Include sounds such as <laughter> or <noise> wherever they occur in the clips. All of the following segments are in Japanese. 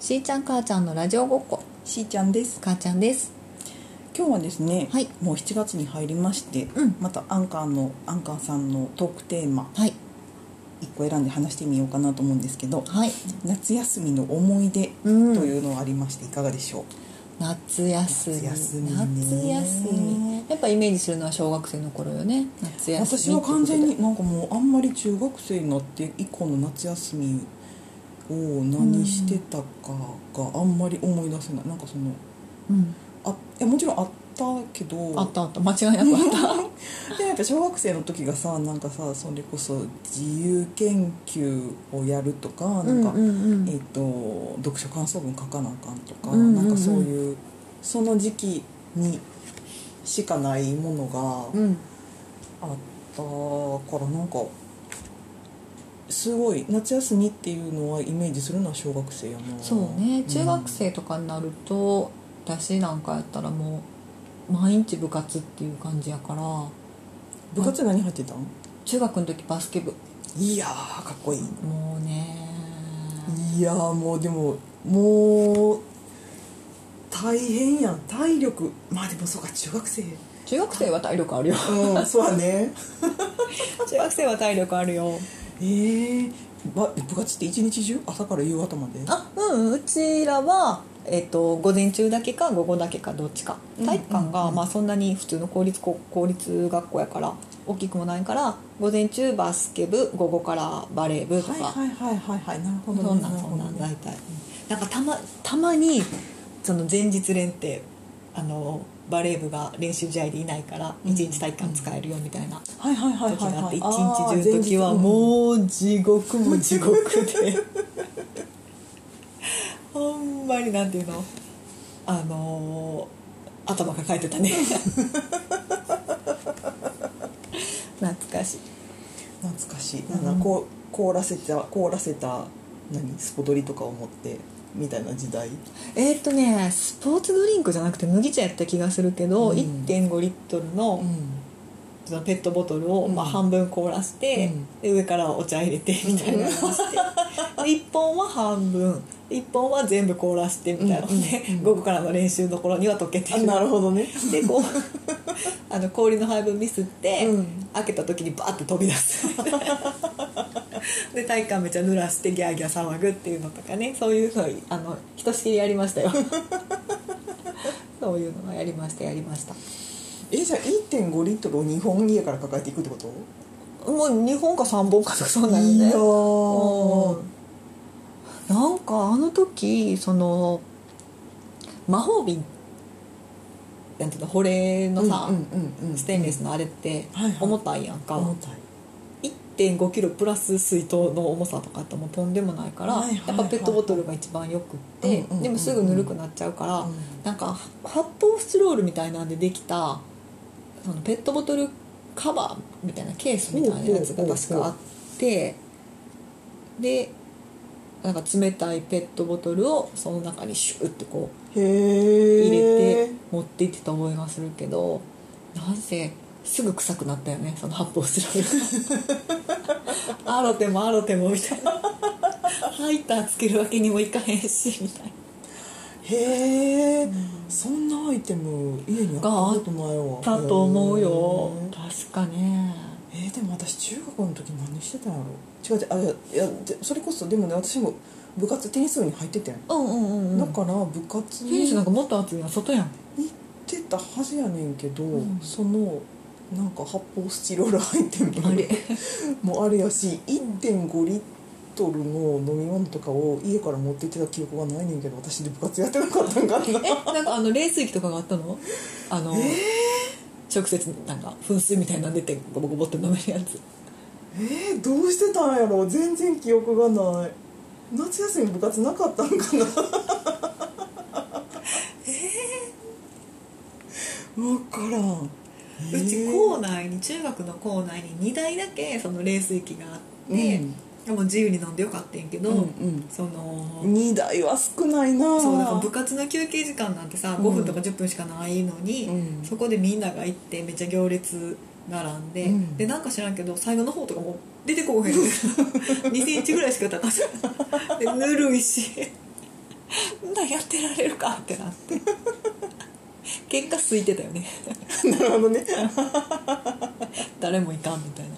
ちゃん母ちゃんのラジオごっこしーちゃんです母ちゃんです今日はですね、はいもう7月に入りまして、うんまたアンカーのアンカーさんのトークテーマはい1個選んで話してみようかなと思うんですけどはい夏休みの思い出とうんいうのがありましていかがでしょう、夏休み夏休みね夏休みやっぱイメージするのは小学生の頃よね夏休み私は完全になんかもうあんまり中学生になって以降の夏休みを何してたかがあんまり思い出せない、なんかそのうんあいやもちろんあったけどあったあった間違いなくあったでなんか小学生の時がさなんかさそれこそ自由研究をやるとかなんうか、んうんうんえっと読書感想文書かなあかんとか、うんうんうんなんかそういうその時期にしかないものがうんあったからなんかすごい夏休みっていうのはイメージするのは小学生やなそうねん中学生とかになると、私なんかやったらもう毎日部活っていう感じやから部活何入ってたん中学の時バスケ部いやーかっこいいもうねいやーもうでももう大変やん体力まあでもそうか中学生中学生は体力あ <laughs> るようんそうやね中学生は体力あるよ <laughs> えー、ば部活って一日中朝から夕方まであうんうちらはえっと午前中だけか午後だけかどっちかうん体育館が、うんうんまあ、そんなに普通の公立高公立学校やから大きくもないから午前中バスケ部午後からバレー部とか、はいはいはいはいはいなるほどそねんなんそんなんな大る体なんかたまたまにその前日練ってあのバレー部が練習試合でいないからうん一日体育館使えるよみたいなほどねはいはいはい時はいがあっはてい一日中の時はもう地獄も地獄で <laughs> ほんまになんていうのあの頭抱えてたね <laughs> 懐かしいあー懐かしいなんかこう凍らせた凍らせた何スポドリとかを持ってみたいな時代えーっとねスポーツドリンクじゃなくて麦茶やった気がするけど、うん1.5リットルの,、そのペットボトルを、うんまあ、半分凍らして、うんで上からお茶入れてみたいなのをして、1本は半分1本は全部凍らしてみたいなので、うんうん午後からの練習の頃には溶けてあなるほどねでこうあの氷の配分ミスって、うん開けた時にバーって飛び出すで体育館めっちゃ濡らしてギャーギャー騒ぐっていうのとかねそういうのあのひとしきりやりましたよそういうのはやりましたやりましたえじゃあ1.5リットルを2本家から抱えていくってこともう2本か3本かとかそうなのいねやーうんなんかあの時その魔法瓶なんていうの保冷のさ、うんうんうん、ステンレスのあれってはいはい重たいやんか、重たい1 5キロプラス水筒の重さとかってもうとんでもないから、はいはいはいやっぱペットボトルが一番よくって、うんうんうんでもすぐぬるくなっちゃうから、うんなんか発泡スチロールみたいなんでできたそのペットボトルカバーみたいなケースみたいなやつが確かあってでなんか冷たいペットボトルをその中にシューってこうへえ入れて持って行ってた覚えがするけど、なんせすぐ臭くなったよねその発泡スチロール <laughs> あろてもあろてもみたいなハイターつけるわけにもいかへんしみたいへえ、そんなアイテム家にあったことないわなだと思うよへー確かねえーでも私中学の時何してたんやろ違う違うあいやいやでそれこそでもね私も部活テニス部に入ってたやん、うんうんうんうんだから部活フィニッシュになん行かもっと熱いのは外やんってたはずやねんけど、んそのなんか発泡スチロール入ってるあれ <laughs> もうあれやし1.5リットルの飲み物とかを家から持って行ってた記憶がないねんけど私で部活やってなかったんかな <laughs> えなんかあの冷水器とかがあったのあの、直接なんか噴水みたいなの出てゴボゴボって飲めるやつえー、どうしてたんやろ全然記憶がない夏休み部活な <laughs> かったんかなえー、分からんうちこ校内に中学の校内に2台だけその冷水器があって、うんでも自由に飲んでよかったんやけど、うんうんその、 2台は少ないなそうだから部活の休憩時間なんてさ5分とか10分しかないのに、うんそこでみんなが行ってめっちゃ行列並んで、うんでなんか知らんけど最後の方とかもう <laughs> 出てこうへん2センチぐらいしか高さでぬるいし <laughs> そんなんやってられるかってなって <laughs> 喧嘩空いてたよね <laughs> なるほどね誰もいかんみたいな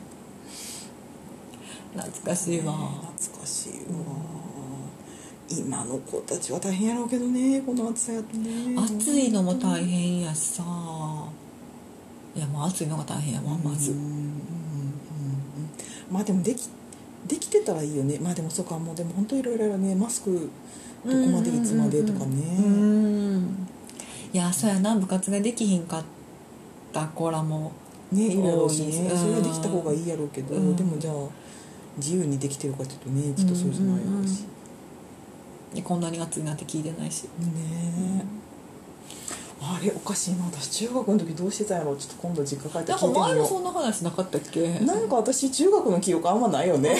懐かしいわ懐かしいわ、今の子たちは大変やろうけどねこの暑さやとね暑いのも大変やしさいやもう暑いのが大変やわまず、うんうんうんうんまあでもできできてたらいいよねまあでもそうかもうでも本当いろいろやねマスクどこまでいつまでとかうねんいやそうやな部活ができひんかった子らもねいろいろあるし多いねですそれはできた方がいいやろうけどうんでもじゃあ自由にできてるかっていうとねちょっとそうじゃないやろうしねいやこんなに暑いなんて聞いてないしえあれおかしいな私中学の時どうしてたんやろうちょっと今度実家帰ってなんか聞いて前みもよそんな話なかったっけう <laughs> なんか私中学の記憶あんまないよね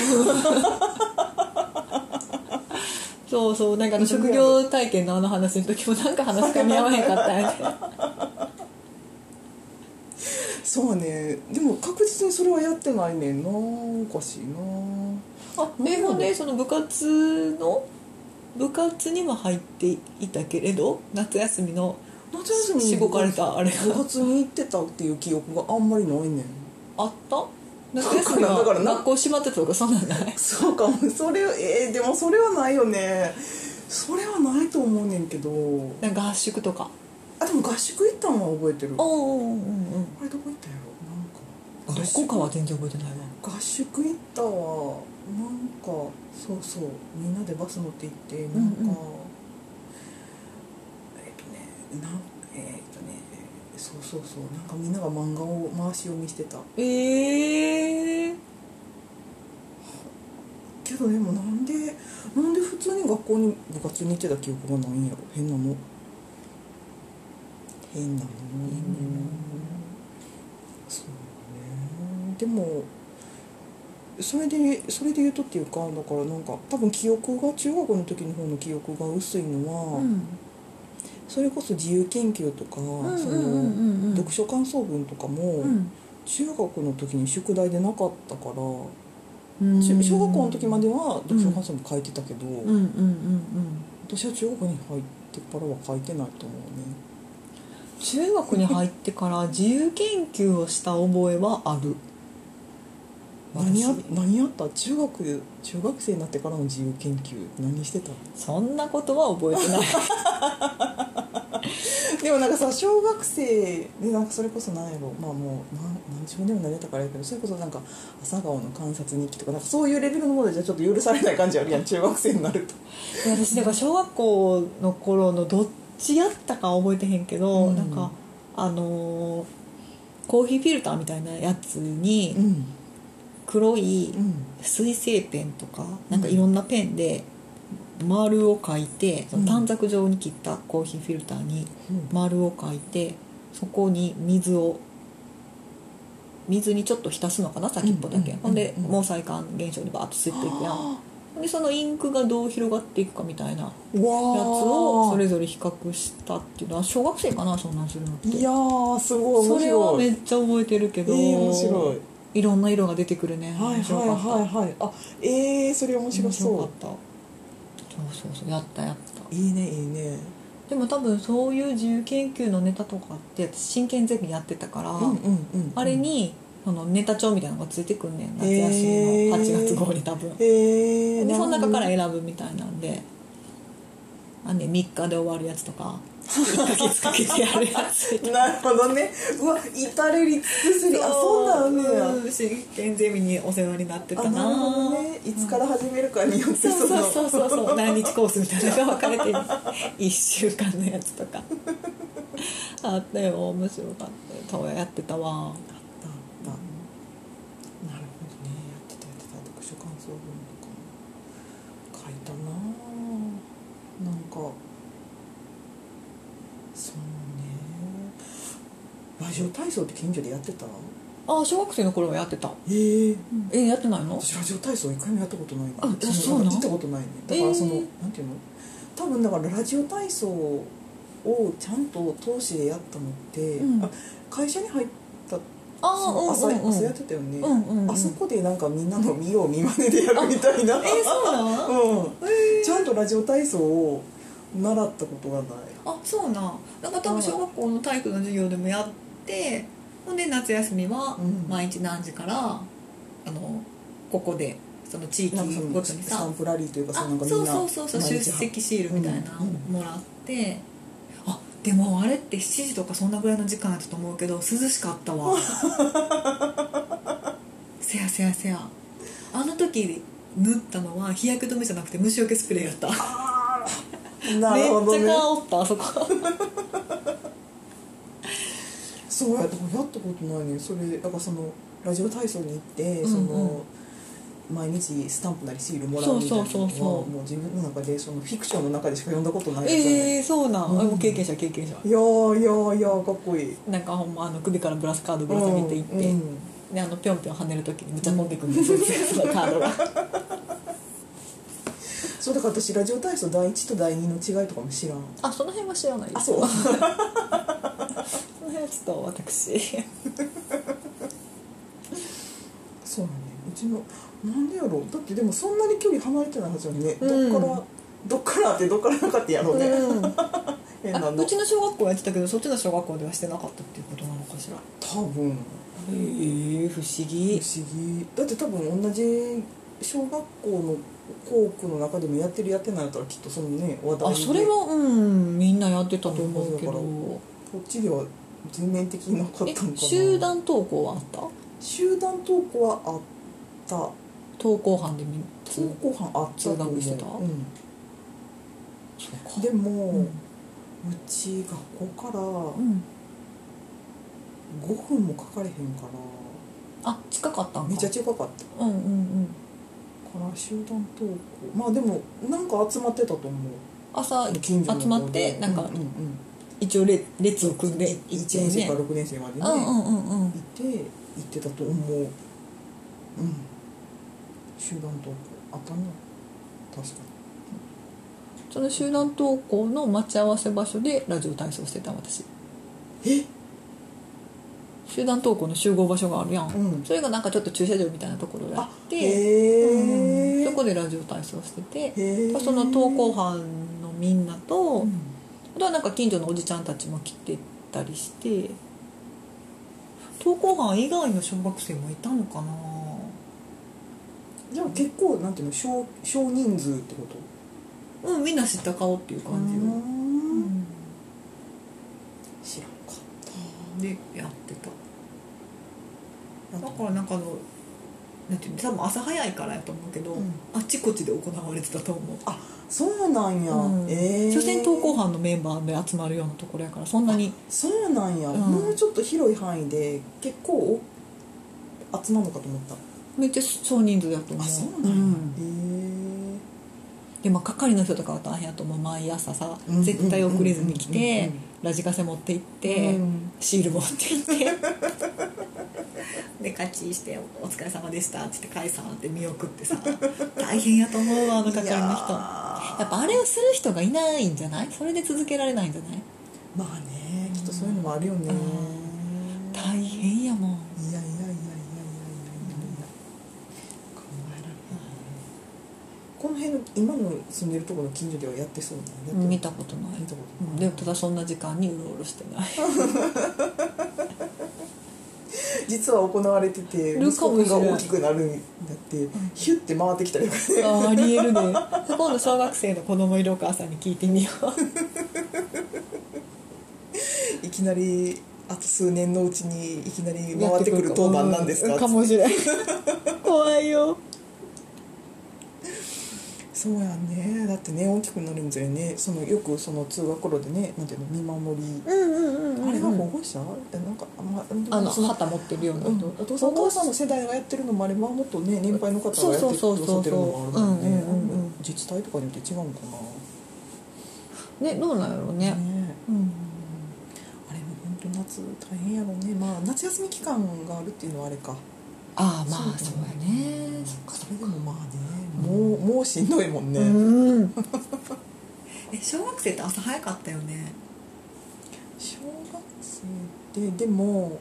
そうそうなんかあの職業体験のあの話の時もなんか話かみ合わへんかったよねそうねでも確実にそれはやってないねんなおかしいなあ英語でその部活の部活には入っていたけれど夏休みの夏休みしごかれたあれ部活に行ってたっていう記憶があんまりないねんあった夏休みだかはらな学校閉まってたとかそんなん <laughs> ないそうかもそれえーでもそれはないよねそれはないと思うねんけどなんか合宿とかあでも合宿行ったのは覚えてるあおうんうんうんれどこ行ったんやろなんかどこかは全然覚えてないわ合宿行ったわなんかそうそうみんなでバス乗って行ってなんか、うんうんえっとねなんえっとねそうそうそうなんかみんなが漫画を回し読みしてたええけどでもなんでなんで普通に学校に部活に行ってた記憶がないんやろ変なの変なのそうねでもそれでそれで言うとっていうかだからなんか多分記憶が中学の時の方の記憶が薄いのは、それこそ自由研究とか、その読書感想文とかも、中学の時に宿題でなかったから、ちゅ小学校の時までは読書感想文書いてたけど、うんうんうんうん私は中学に入ってからは書いてないと思うね中学に入ってから自由研究をした覚えはある何や私何やった中学中学生になってからの自由研究何してたそんなことは覚えてない <laughs> でもなんかさ小学生でなんかそれこそ何やろまあもうなん何自分でも慣れたからやけどそれこそなんか朝顔の観察日記とかなんかそういうレベルのものじゃちょっと許されない感じあるやん <laughs> 中学生になるといや私だから小学校の頃のどっちやったかは覚えてへんけど、うんなんかあのーコーヒーフィルターみたいなやつうにん黒いうん水性ペンとかなんかいろんなペンで丸を描いてその短冊状に切ったコーヒーフィルターに丸を描いてそこに水を水にちょっと浸すのかな先っぽだけ、うんうんうんうんほんで毛細管現象にバーッと吸っていくやんあほんでそのインクがどう広がっていくかみたいなやーうわつをそれーぞれ比較したっていうのは小学生かなそんなんするのっていやーすごいそ面れは白めいっちゃ覚えてるけど、えー面白いいろんな色が出てくるねはいはい面白かったはいはいあえー、それ面白面そう白かったそうそうそうやったやったいいねいいねでも多分そういう自由研究のネタとかって私真剣ゼミやってたから、うんうんうんあれにそのネタ帳みたいなのがついてくんねん夏休みへーの8月号に多分、へえでその中から選ぶみたいなんであんね3日で終わるやつとか1ヶ月かけてやるやつなるほどねうわ至れり尽くすりあそうなんだようん真剣ゼミにお世話になってたあななるほどねいつから始めるかによってそうそうのそうそうそう何日コースみたいなのが分かれてる1週間のやつとかあったよ面白かったよやってたわだだなるほどねやってたやってた読書感想文とか書いたなあなんかそうねラジオ体操って近所でやってたあ小学生の頃はやってたえええやってないの私ラジオ体操一回もやったことないあえそそうなのの行ったことないねだからその、えーなんていうの多分だからラジオ体操をちゃんと通しでやったのって、うんあ会社に入ったあその朝,、朝やってたよね、うんうんうんあそこでなんかみんなの見よう見まねでやるみたいなえーそうなのうん、ちゃんとラジオ体操を習ったことがないあそうなんなんか多分小学校の体育の授業でもやってほんで夏休みはうん毎日何時から、あのここでその地域なんかそのごとにさスタンプラリーというかあさなんかみそんうなそうそうそう毎出日席シールみたいなのうんもらって、あでもあれって7時とかそんなぐらいの時間やったと思うけど涼しかった <laughs> わせやせやせやあの時塗ったのは日焼け止めじゃなくて虫除けスプレーやったあー <laughs> なるほどめっねちゃ顔おったあそこそうやでもやったことないねそれだからそのラジオ体操に行って、うんうんその毎日スタンプなりシールもらうみたいなのはそうそうそうそうもう自分の中でそのフィクションの中でしか読んだことないやつだねええー、そうなん、うんあもう経験者経験者いやーいやーいやーかっこいいなんかほんまあの首からブラスカードぶら下げていって、うんうんであのぴょんぴょん跳ねる時にむちゃ飛んでくるんですよ、 <laughs> そのカードがそうだから私ラジオ体操第一と第二の違いとかも知らんあその辺は知らないですあそうその辺はちょっと私 <laughs> そうなんねうちのなんでやろうだってでもそんなに距離離れてないはずよね、うんどっからどっからあってどっからなかったやろうね、うん <laughs> 変なあのうちの小学校はやってたけどそっちの小学校ではしてなかったっていうことなのかしらへ多分え不思議不思議だって多分同じ小学校の校区の中でもやってるやってないやったらきっとそのね話題あでそれはうんみんなやってたと思うけだかどらこっちでは全面的になかったのえかな集団登校はあった集団登校はあった登校班でみんな登校班あったと思う通学してたうん、そうかでも、ううんち学校からうん5分もかかれへんからあ近かったんかめっちゃ近かったかうんうんうんら集団登校まあでもなんか集まってたと思う朝近所の集まって方でなんかうんうんうん一応れ列を組んで行っ1て年生ねから6年生までね、うんうんうんうんいて行ってたと思ううん集団登校あったな確かその集団登校の待ち合わせ場所でラジオ体操してた私にえ集団登校の集合場所があるやん、うんそれがなんかちょっと駐車場みたいなところであってへえそこでラジオ体操しててへえその登校班のみんなと、うんあとはなんか近所のおじちゃんたちも来てたりして登校班以外の小学生もいたのかなじゃあ結構なんていうの少少人数ってことうんみんな知った顔っていう感じうよーんうん知らんかでやってたやっだたからなんかあのなんていうの多分朝早いからやと思うけど、うんあっちこっちで行われてたと思うそうなんや、うんええ所詮登校班のメンバーで集まるようなところやからそんなにそうなんや、うんもうちょっと広い範囲で結構お集まるのかと思っためっちゃ少人数だと思うあそうなんや、んへえでまあ係の人とかは大変やと思う毎朝さ、うん絶対遅れずに来て、うんうんうんラジカセ持って行って、うんシール持って行って <laughs> でカチーして「お疲れ様でした」っつって解散って見送ってさ <laughs> 大変やと思うわあの係の人やっぱあれをする人がいないんじゃないそれで続けられないんじゃないまあねきっとそういうのもあるよね、うん大変やもんいやいやいやいやいやいやいやいや考えられないこの辺の今の住んでるところの近所ではやってそうだね見たことない見たこうんとなでいもただそんな時間にうろうろしてない <laughs> 実は行われててる息か子もくしんれながい大きくなるんだってヒュッて回ってきたりとか <laughs> ねあありえるね今度小学生の子供いるお母さんに聞いてみよういきなりあと数年のうちにいきなり回ってくる当番なんですかうかもしれない怖いよそうやねだってね大きくなるんずれねそのよくその通学路でねなんていうの見守り、うんうんうん、あれが保護者えなんかあんまあのその旗持ってるようなうん人、お父さんお母さん保護の世代がやってるのもあればもっとね年配の方がやってそうくだそうそさうそうってるのもあるうもんねんうんうんうん自治体とかによって違うのかねどうなんやろうなね、ねうん、あれも本当夏大変やろうねまあ夏休み期間があるっていうのはあれかああまあそうやねそっかそれでもまあねもうもうしんどいもんね、うん <laughs> え小学生って朝早かったよね小学生ででも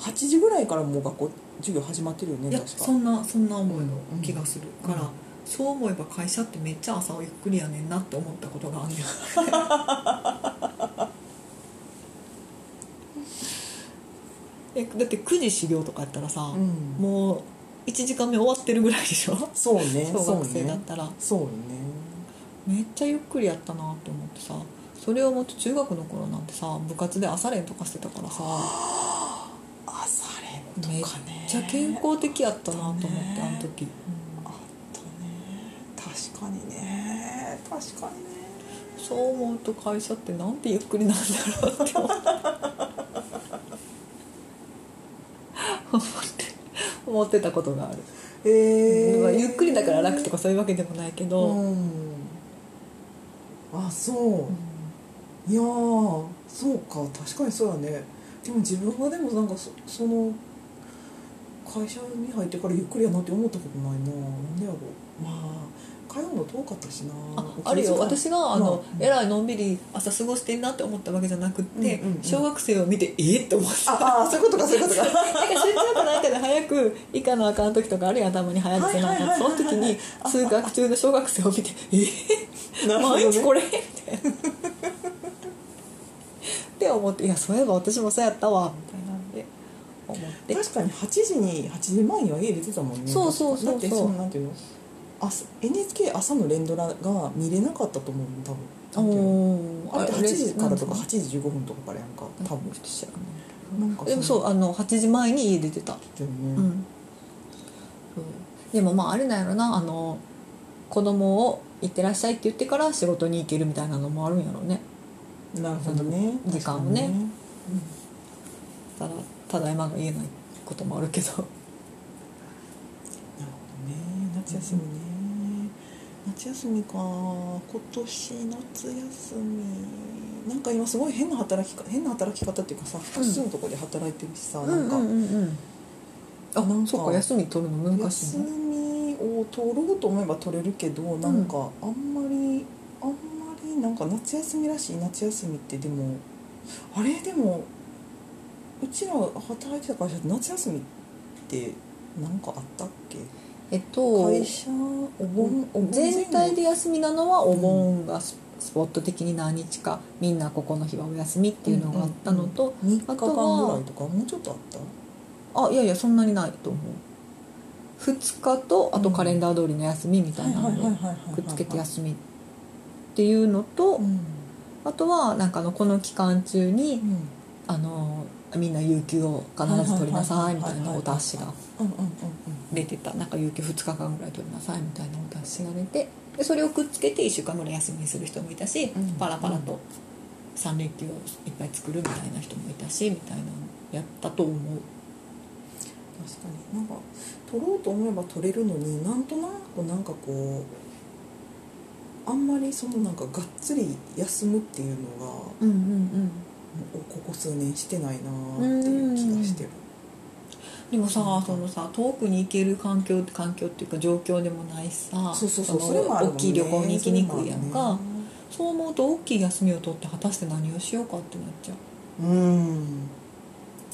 8時ぐらいからもう学校授業始まってるよいねや確かそんなそんな思いの気がする、うんからそう思えば会社ってめっちゃ朝をゆっくりやねんなって思ったことがあるよ <laughs> えだって9時始業とかやったらさ、うんもう1時間目終わってるぐらいでしょそうね小そう学生だっねたら、そうねめっちゃゆっくりやったなって思ってさそれをもっと中学の頃なんてさ部活で朝練とかしてたからさ朝練めっとかねちゃ健康的やったなと思ってねあの時、あったね確かにね確かにねそう思うと会社ってなんてゆっくりなんだろうって思って思って思ってたことがある、えまあー、ゆっくりだから楽とかそういうわけでもないけど、うんあそう、いやーそうか確かにそうだねでも自分がでもなんかそその会社に入ってからゆっくりやなって思ったことないななんでやろうまあ通うの遠かったしなああるよお気づき私があの、うんえらいのんびり朝過ごしてんなって思ったわけじゃなくって、うんうんうん小学生を見てえっって思ってたああそういうことかそう <laughs> いうことかなんか集中力ないから早く以下のあかん時とかあるやんたまに早くせなあかんその時に通学中の小学生を見て「えなるほどね毎日これ?」みたいな。って思って「いやそういえば私もそうやったわ」みたいなんで思って確かに8時に8時前には家出てたもんねそうそうそうそうだってそのなんていうの朝 NHK 朝の連ドラが見れなかったと思う多分なんていうのおあれ8時からとか8時時15分とかからやんか多分なんかでもそうああの8時前に家出てただようねん、でもまああれなんやろなあの子供を「行ってらっしゃい」って言ってから仕事に行けるみたいなのもあるんやろうねなるほどねその時間をね確たかにだただいまが言えないこともあるけどなるほどね夏休みね夏休みか今年夏休みなんか今すごい変な働きか変な働き方っていうかさ複数のところで働いてるしさ、 <laughs> なんか、うんあなんかそうか休み取るの難しい休のみを取ろうと思えば取れるけどなんかあんまり、あんまりなんか夏休みらしい夏休みってでもあれでもうちら働いてた会社って夏休みってなんかあったっけえっと会社お盆お盆前後全体で休みなのはお盆がススポット的に何日かみんなここの日はお休みっていうのがあったのと、 3日間あぐとはらいとかもうちょっとあったあいやいやそんなにないと思う2日とあとカレンダー通りの休みみたいなのでくっつけて休みっていうのとうんあとはなんかあのこの期間中にうんあのみんな有給を必ず取りなさいみたいなお達しがうんうんうん出てたなんか有給2日間ぐらい取りなさいみたいなお達しが出てでそれをくっつけて1週間ぐらい休みにする人もいたしうんパラパラと3連休をいっぱい作るみたいな人もいたしみたいなのやったと思う。確かになんか取ろうと思えば取れるのになんとなくなんかこうあんまりそのなんかがっつり休むっていうのがもうんうんうんうここ数年してないなーっていう気がしてるでもさそのさ遠くに行ける環境って環境っていうか状況でもないしさそうそうそうのそれもあるも大んねきい旅行に行きにくいやんそれもあかるねそう思うと大きい休みを取って果たして何をしようかってなっちゃううん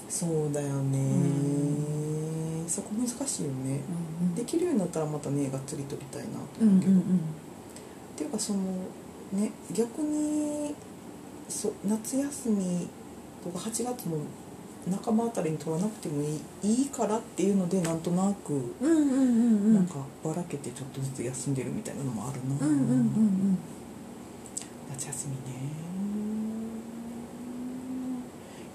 そうだよねー、うそこ難しいよねうんできるようになったらまたねがっつり取りたいなとうん思ううんけど、っていうかそのね逆にそう夏休みとか8月の半ばあたりに取らなくてもいいいいからっていうのでなんとなく、うんうんうんうんうんなんかばらけてちょっとずつ休んでるみたいなのもあるな、うんうんうん夏休みね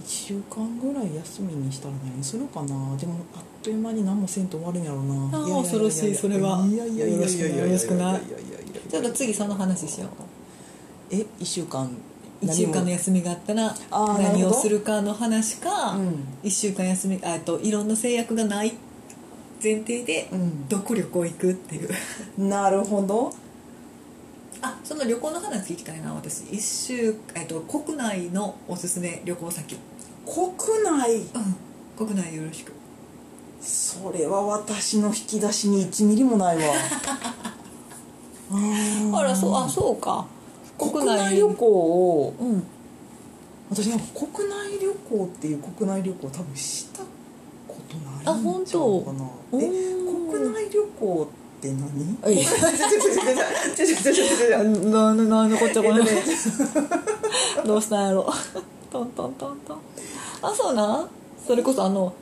1週間ぐらい休みにしたら何するかなでもあっという間に何もせんと終わるんやろうなあーやややや恐ろしいそれはいやいやいやいやいやいやよろしくないややややよちょっと次その話しようえ一週間1週間の休みがあったらあーなる何ほをどするかの話か、うん1週間休みあえっといろんな制約がない前提で、うんどこ旅行行くっていうなるほどあその旅行の話聞きたいな私一周、えっと、国内のおすすめ旅行先国内うん国内でよろしくそれは私の引き出しに1ミリもない <laughs> わあーあらそうあそうか国内旅行をうん私なんか国内旅行っていう国内旅行多分したことないんちゃうかあな本当おえー国内旅行っって何え <laughs> いちょちょちょちょちょちょなななんのこっちゃこれ <laughs> どうしたんやろトントントントンあそうなそれこそあの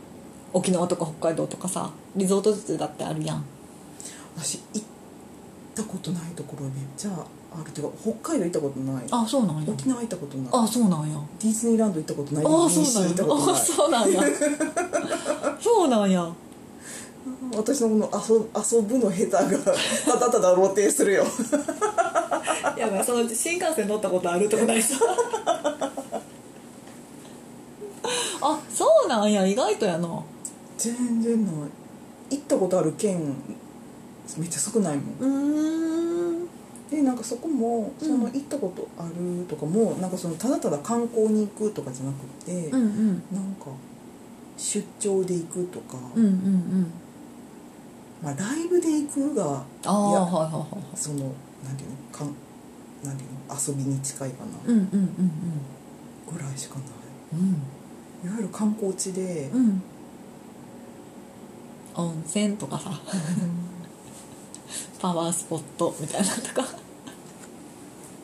沖縄とか北海道とかさリゾート地だってあるやん私行ったことないところめっちゃあるっていうか北海道行ったことないあそうなんや沖縄行ったことないあそうなんやディズニーランド行ったことないあディズニーシー行ったことあないそうなんやそうなんや私のこの遊遊ぶの下手がただただ露呈するよやばいそのうち新幹線乗ったことあるとかないさあそうなんや意外とやな <laughs> 全然ない行ったことある県めっちゃ少ないもんうんでなんかそこもうんその行ったことあるとかも、なんかそのただただ観光に行くとかじゃなくて、うんうんなんか出張で行くとか、うんうんうんまあ、ライブで行くがああいやはいはいはいはいそのなんていうのかんなんていうの遊びに近いかなうんうんうんぐらいしかないうんいわゆる観光地でう、んうん温泉とかさパワースポットみたいなのとか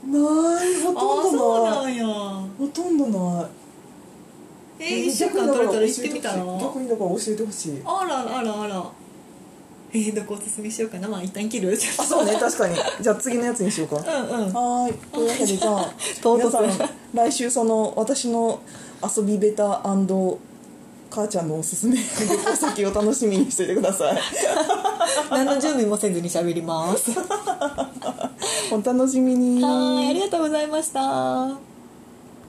ないほあとんどないんやほとんどないえー、え一週間取れたら行ってみたら逆にだから教えてほしいあらあらあらえー、どこおすすめし <laughs> ようかなまあ一旦切るあそうね確かにじゃあ次のやつにしようかうんうんはーいというわけでじゃあ <laughs> 唐皆さん突来週その私の遊びベタ母ちゃんのおすすめ旅行先を楽しみにしていてく <laughs> ださい何の準備もせずに喋り <laughs> ますはお楽しみにーいありがとうございました